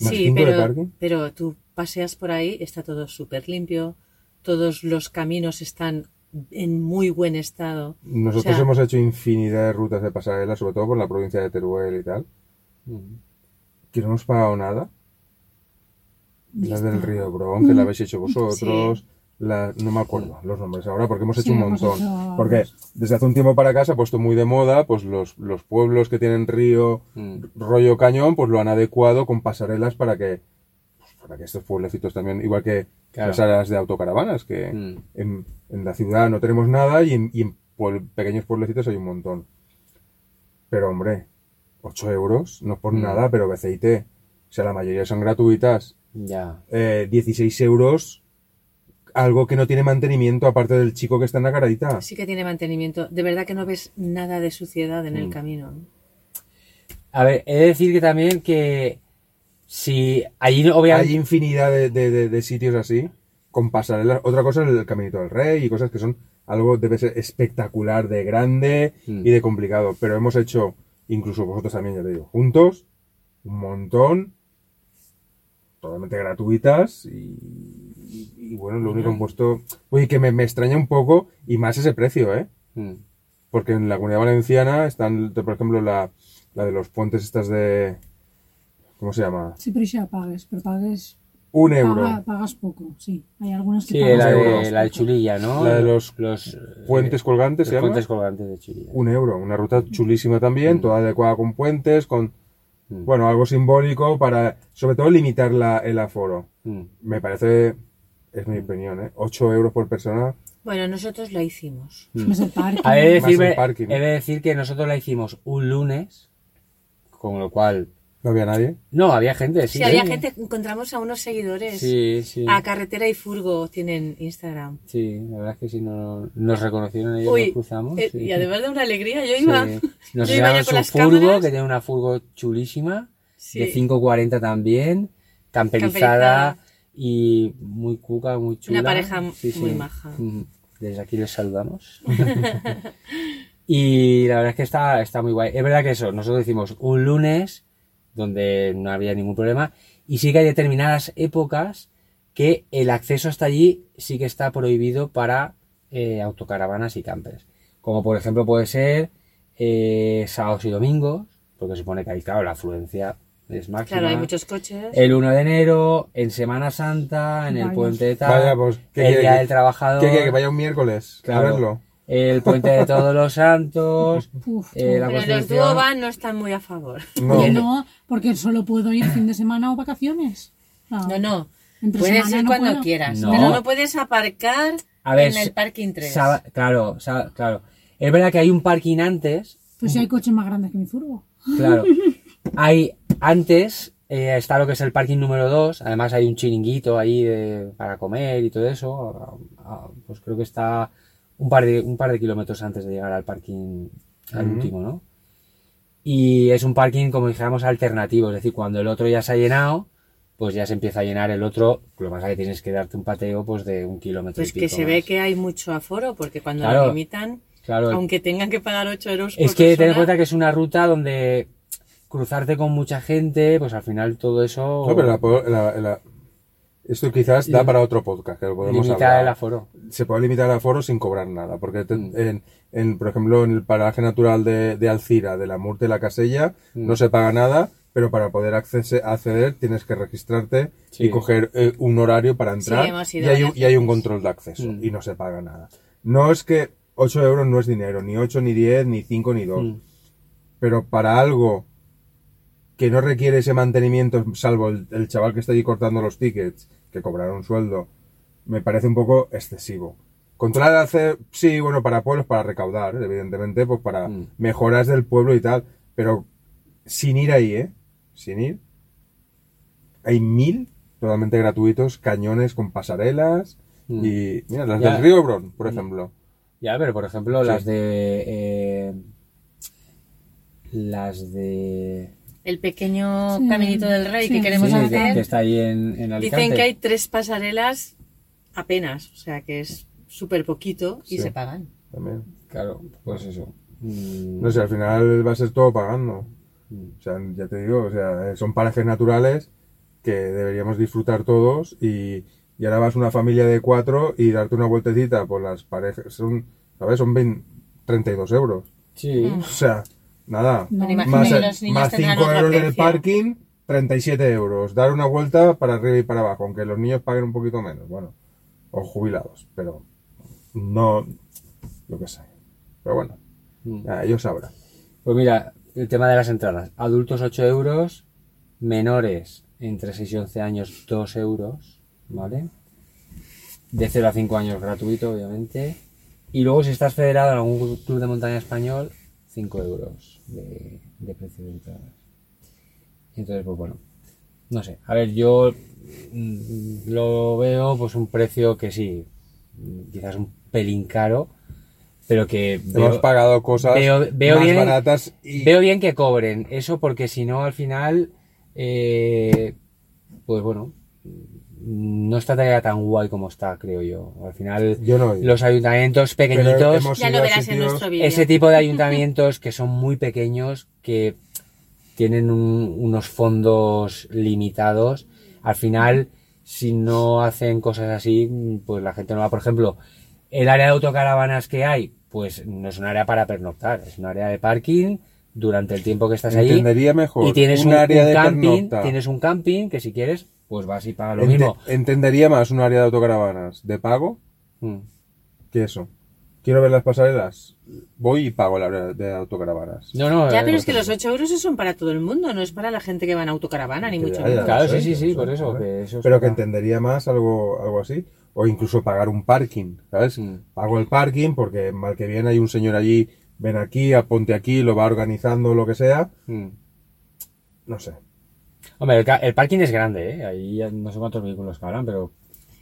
más
sí,
5
pero,
de parking.
pero tú paseas por ahí, está todo súper limpio, todos los caminos están en muy buen estado.
Nosotros
o sea-
hemos hecho infinidad de rutas de pasarela, sobre todo por la provincia de Teruel y tal, Mm. que no hemos pagado nada. Las del Río Bron, que la habéis
Mm,
hecho vosotros. la- no me acuerdo los nombres ahora, porque hemos hecho
Sí,
un
hemos
montón.
hecho
Porque desde hace un tiempo para acá se ha puesto muy de moda, pues los, los pueblos que tienen río,
Mm.
rollo cañón, pues lo han adecuado con pasarelas para que, pues, para que estos pueblecitos también, igual que
Claro.
pasarelas de autocaravanas, que
Mm.
en, en la ciudad no tenemos nada y en, y en puebl- pequeños pueblecitos hay un montón. Pero hombre, 8 euros, no es por nada, pero BCIT, o sea, la mayoría son gratuitas
Ya,
eh, 16 euros, algo que no tiene mantenimiento aparte del chico que está en la caradita.
Sí que tiene mantenimiento. De verdad que no ves nada de suciedad en
Mm.
el camino.
A ver, he de decir que también que si allí no-
Hay
obviamente
infinidad de, de- de- de sitios así, con pasarelas. Otra cosa es el Caminito del Rey y cosas que son algo debe ser espectacular de grande
Mm.
y de complicado. Pero hemos hecho, incluso vosotros también, ya te digo, juntos, un montón, totalmente gratuitas y, y- y bueno, lo único que han puesto... Oye, que me, me extraña un poco y más ese precio, ¿eh?
Mm.
Porque en la comunidad valenciana están, por ejemplo, la, la de los puentes estas de... ¿Cómo se llama?
Sí, pero ya pagues, pero pagues.
Un euro.
paga- pagas poco, sí. Hay algunas que
Sí,
pagas
la de,
poco.
la de Chulilla, ¿no?
La de los
eh,
puentes colgantes,
los
¿se llama?
puentes colgantes de Chulilla.
Un euro. Una ruta chulísima también, toda adecuada con puentes, con...
Mm.
Bueno, algo simbólico para, sobre todo, limitar la, el aforo.
Mm.
Me parece, es mi opinión, ¿eh? 8 euros por persona.
Bueno, nosotros la hicimos.
Más Pues el parking.
Mm. A ver, he de
Más
decirme-
el parking.
he de decir que nosotros la hicimos un lunes, con lo cual...
No había nadie.
No, había gente, sí.
si había
¿eh?
gente, Ah, encontramos a unos seguidores.
Sí, sí.
A Carretera y Furgo tienen Instagram.
Sí, la verdad es que sí, no, nos reconocieron ellos,
Uy,
nos cruzamos.
eh,
sí.
y además de una alegría, yo
Sí.
iba.
Nos
yo iba ya
enseñaron
con
su
las
furgo,
cámaras.
que tiene una furgo chulísima,
Sí.
de 5.40 también, camperizada,
Camperizada.
y muy cuca, muy chula.
Una pareja muy maja.
Mm, Desde aquí les saludamos. y la verdad es que está, está muy guay. Es verdad que eso, nosotros hicimos un lunes donde no había ningún problema y sí que hay determinadas épocas que el acceso hasta allí sí que está prohibido para eh, autocaravanas y campers. Como por ejemplo puede ser eh, sábados y domingos, porque se supone que ahí, claro, la afluencia es máxima.
Claro, hay muchos coches.
El 1 de enero, en Semana Santa, en el
Vaya.
puente de tal,
Vaya, pues, ¿qué
el
quiere
Día
que-
del Trabajador,
¿Qué quiere? Que vaya un miércoles
Claro.
a verlo.
el puente de Todos los Santos,
Uf,
eh, la
Pero los
Constitución.
Duoban no están muy a favor.
No.
Oye, no, porque solo puedo ir fin de semana o vacaciones. Ah,
No, no.
Entre
Puedes
semana
ir
no
cuando
puedo.
quieras,
No.
pero no puedes aparcar
A ver,
en el parking 3.
Saba- claro, sa- claro. Es verdad que hay un parking antes,
Pues si hay coches más grandes que mi furgo.
claro. Hay antes eh, está lo que es el parking número 2, además hay un chiringuito ahí de- para comer y todo eso. a- a- pues creo que está un par de, un par de kilómetros antes de llegar al parking, al
Ujú.
último, ¿no? Y es un parking, como dijéramos, alternativo, es decir, cuando el otro ya se ha llenado, pues ya se empieza a llenar el otro, lo que pasa es que tienes que darte un pateo pues de un kilómetro. y
Pues que
pico
se ve
más.
que hay mucho aforo, porque cuando
Claro.
lo limitan,
Claro, el-
aunque tengan que pagar 8 euros por
Es que ten en
persona,
cuenta que es una ruta donde cruzarte con mucha gente, pues al final todo eso
No, pero la po- la- la- esto quizás da para otro podcast, que lo podemos
limita
hablar.
el aforo.
se puede limitar el aforo sin cobrar nada, porque te- en, en, por ejemplo, en el paraje natural de, de Alcira, de la Murte y la Casella, no se paga nada, pero para poder accese- acceder tienes que registrarte
Sí.
y coger eh, un horario para entrar
hemos
y,
ido
hay un,
varias
y hay un control de acceso y no se paga nada. No es que 8 euros no es dinero, ni 8, ni 10, ni 5, ni
Mm.
2, pero para algo que no requiere ese mantenimiento, salvo el, el chaval que está allí cortando los tickets, que cobrará un sueldo, me parece un poco excesivo. Controlar hace, sí, bueno, para pueblos, para recaudar, evidentemente, pues para mejoras del pueblo y tal, pero sin ir ahí, ¿eh? Sin ir. Hay mil totalmente gratuitos, cañones con pasarelas y, mira, las
Ya.
del río Bron, por ejemplo.
Ya, pero por ejemplo, las de. eh, las de.
el pequeño
Sí.
caminito del rey que
Sí.
queremos
sí, que-
hacer,
que está ahí en, en Alicante.
dicen que hay tres pasarelas apenas, o sea que es súper poquito y
Sí.
se pagan.
También.
Claro, pues eso. Mm,
No sé, al final va a ser todo pagando. O sea, ya te digo, o sea, eh, son parajes naturales que deberíamos disfrutar todos y, y ahora vas una familia de cuatro y darte una vueltecita por las parejas, son, ¿sabes? Son 20 32 euros.
Sí.
Mm.
O sea, nada.
No,
imagino
Más,
que
el-
los niños
más
tendrán
5
otro
euros del
precio.
parking, 37 euros. Dar una vuelta para arriba y para abajo, aunque los niños paguen un poquito menos, bueno, o jubilados, pero no, yo qué sé. Pero bueno, ya, ellos sabrán.
Pues mira, el tema de las entradas. Adultos 8 euros, menores entre 6 y 11 años 2 euros, ¿vale? De 0 a 5 años gratuito, obviamente. Y luego si estás federado en algún club de montaña español, 5 euros de, de precio de entradas. Y Entonces, pues bueno, no sé. A ver, yo mm, lo veo pues un precio que sí, mm, quizás un pelín caro, pero que...
Hemos
veo-
pagado cosas
veo, veo
más
bien,
baratas y
veo bien que cobren eso porque si no al final eh, pues bueno no está tarea tan guay como está creo yo al final
Yo no he ido.
los ayuntamientos
pero
pequeñitos
hemos
Ya
ido
lo
a
verás en
sitios-
nuestro vídeo.
ese tipo de ayuntamientos que son muy pequeños, que tienen un- unos fondos limitados, al final, si no hacen cosas así, pues la gente no va. Por ejemplo, el área de autocaravanas que hay, pues no es un área para pernoctar, es un área de parking durante el tiempo que estás ahí.
Entendería mejor
Y tienes
un
un,
área
un
de
camping,
pernocta.
tienes un camping que si quieres, pues vas y pagas lo
Ente-
mismo.
entendería más un área de autocaravanas de pago
Mm.
que eso. Quiero ver las pasarelas. Voy y pago la área de autocaravanas.
No, no,
Ya,
eh,
pero es que los 8 euros son para todo el mundo, no es para la gente que va en autocaravana, ni
Que
mucho
ya, ya
menos.
lo
Claro,
sé,
sí, sí,
ya
sí,
lo
por
sé,
eso,
¿vale?
que eso
Pero
está-
que entendería más algo, algo así. O incluso pagar un parking, ¿sabes?
Mm.
Pago el parking porque mal que bien hay un señor allí, ven aquí, aponte aquí, lo va organizando, lo que sea.
Mm.
No sé.
Hombre, el, ca- el parking es grande, ¿eh? Ahí ya no sé cuántos vehículos cabrán, pero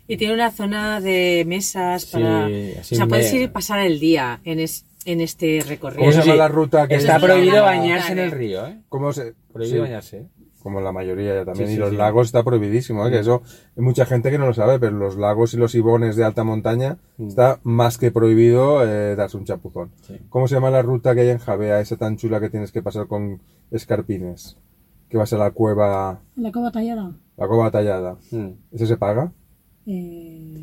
Y tiene una zona de mesas
Sí,
para... o
así
sea,
me- Pues-
puedes ir y pasar el día en, es- en este
¿Cómo
recorrido.
se
Eso
llama
sí,
la ruta que
está
es-
prohibido
Ah,
bañarse en
vale.
el río, ¿eh?
¿Cómo se...?
Prohibido
sí.
bañarse. ¿eh?
como la mayoría ya también, y
Sí, sí, Mm.
los
sí.
lagos está prohibidísimo, ¿eh? que eso hay mucha gente que no lo sabe, pero los lagos y los ibones de alta montaña
Mm.
está más que prohibido eh, darse un chapuzón. ¿Cómo se llama la ruta que hay en Javea, esa tan chula que tienes que pasar con escarpines? Que vas a la cueva,
La coba tallada.
la cueva tallada.
Mm.
¿Eso se paga?
Eh,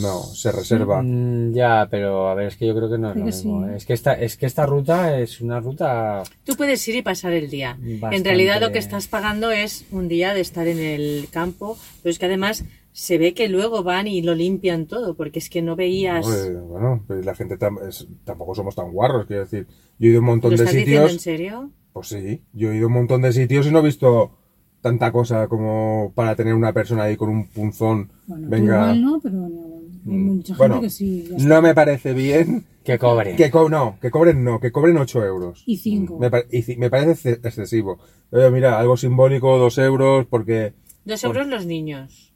No, se reserva.
Mm, ya, pero a ver, es que yo creo que no es
Creo
lo
que
mismo.
sí.
¿eh? Es, que esta, es que esta ruta es una ruta...
Tú puedes ir y pasar el día. En
Bastante.
realidad lo que estás pagando es un día de estar en el campo, pero es que además se ve que luego van y lo limpian todo, porque es que no veías...
Oye, bueno, pues la gente tam- es- tampoco somos tan guarros, quiero decir. Yo he ido a un
¿Lo
montón de
pues
estás diciendo
sitios.
en serio?
Pues sí, yo he ido a un montón de sitios y no he visto tanta cosa como para tener una persona ahí con un punzón.
bueno,
Venga. Mm,
igual no, pero bueno, hay mucha gente
Bueno,
que sí. ya está.
no me parece bien
Que cobre.
que, co- no, que cobren no, que cobren 8 euros.
Y cinco.
Me, pa- y ci- me parece ex- excesivo. Oye, mira, algo simbólico, 2 euros, porque...
pues
Dos euros los niños.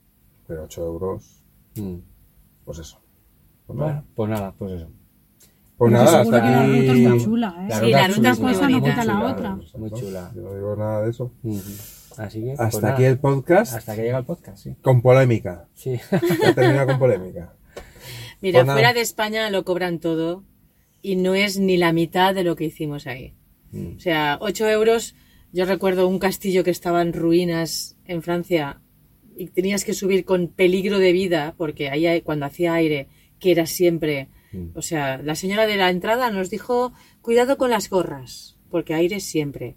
Pero 8 euros,
Mm.
pues eso. Pues nada.
Pues nada, pues eso.
Pues
Porque
nada,
seguro
hasta
que la ruta es muy
aquí. pues
chula, ¿eh?
La
Sí, la ruta
chula,
es muy
chula,
bonita.
Quita la
chula.
otra.
Muy chula.
Yo no digo nada de eso.
Ujú. Así que. pues
Hasta
nada.
aquí el podcast
Hasta que llega el podcast, sí.
con polémica.
Sí.
Ya termina con polémica.
Mira,
Pues nada.
fuera de España lo cobran todo y no es ni la mitad de lo que hicimos ahí.
Mm.
O sea, 8 euros. Yo recuerdo un castillo que estaba en ruinas en Francia y tenías que subir con peligro de vida porque ahí hay- cuando hacía aire, que era siempre.
Mm.
O sea, la señora de la entrada nos dijo: cuidado con las gorras, porque aire siempre.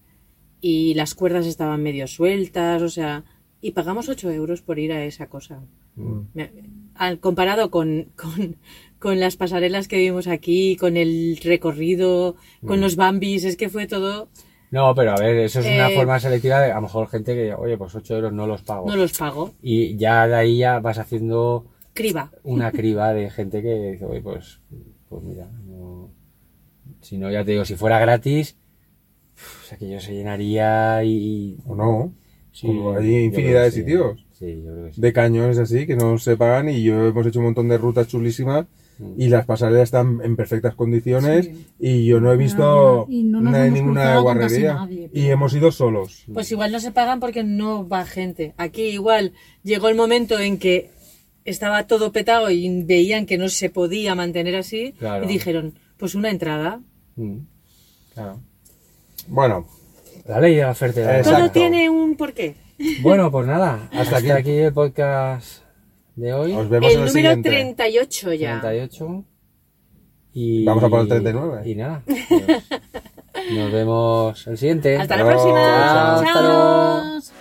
Y las cuerdas estaban medio sueltas, o sea. Y pagamos 8 euros por ir a esa cosa.
Mm.
Me- al- comparado con, con, con las pasarelas que vimos aquí, con el recorrido, con
Mm.
los bambis, es que fue todo,
No, pero a ver, eso es una
Eh,
forma selectiva de a lo mejor gente que, oye, pues 8 euros no los pago.
no los pago.
Y ya de ahí ya vas haciendo
Criba.
una criba de gente que dice, oye, pues, pues mira, no... si no, ya te digo, si fuera gratis, uf, o sea, que yo se llenaría y...
¿O no?
sí,
Como hay
yo creo
infinidad
que
de
sí.
sitios.
Sí, yo creo que sí.
De cañones así, que no se pagan. Y yo hemos hecho un montón de rutas chulísimas. Y las pasarelas están en perfectas condiciones. Y yo no he visto
Y no nos
na-
hemos
ninguna
cruzado con casi
guarrería.
nadie,
y
pero-
hemos ido solos.
Mm.
Pues igual no se pagan porque no va gente. Aquí igual llegó el momento en que estaba todo petado y veían que no se podía mantener así
Claro.
y dijeron, pues una entrada.
Mm. Claro.
Bueno,
La ley de la oferta y la demanda.
Todo
Exacto.
tiene un porqué.
Bueno, pues nada, hasta aquí,
aquí.
el podcast de hoy,
os vemos
El
en el
número
siguiente.
38 ya.
38. Y,
Vamos a por el 39.
Y nada, pues, nos vemos el siguiente.
Hasta la
Hasta luego.
próxima.
Chao, hasta
Chao.
luego.
Adiós.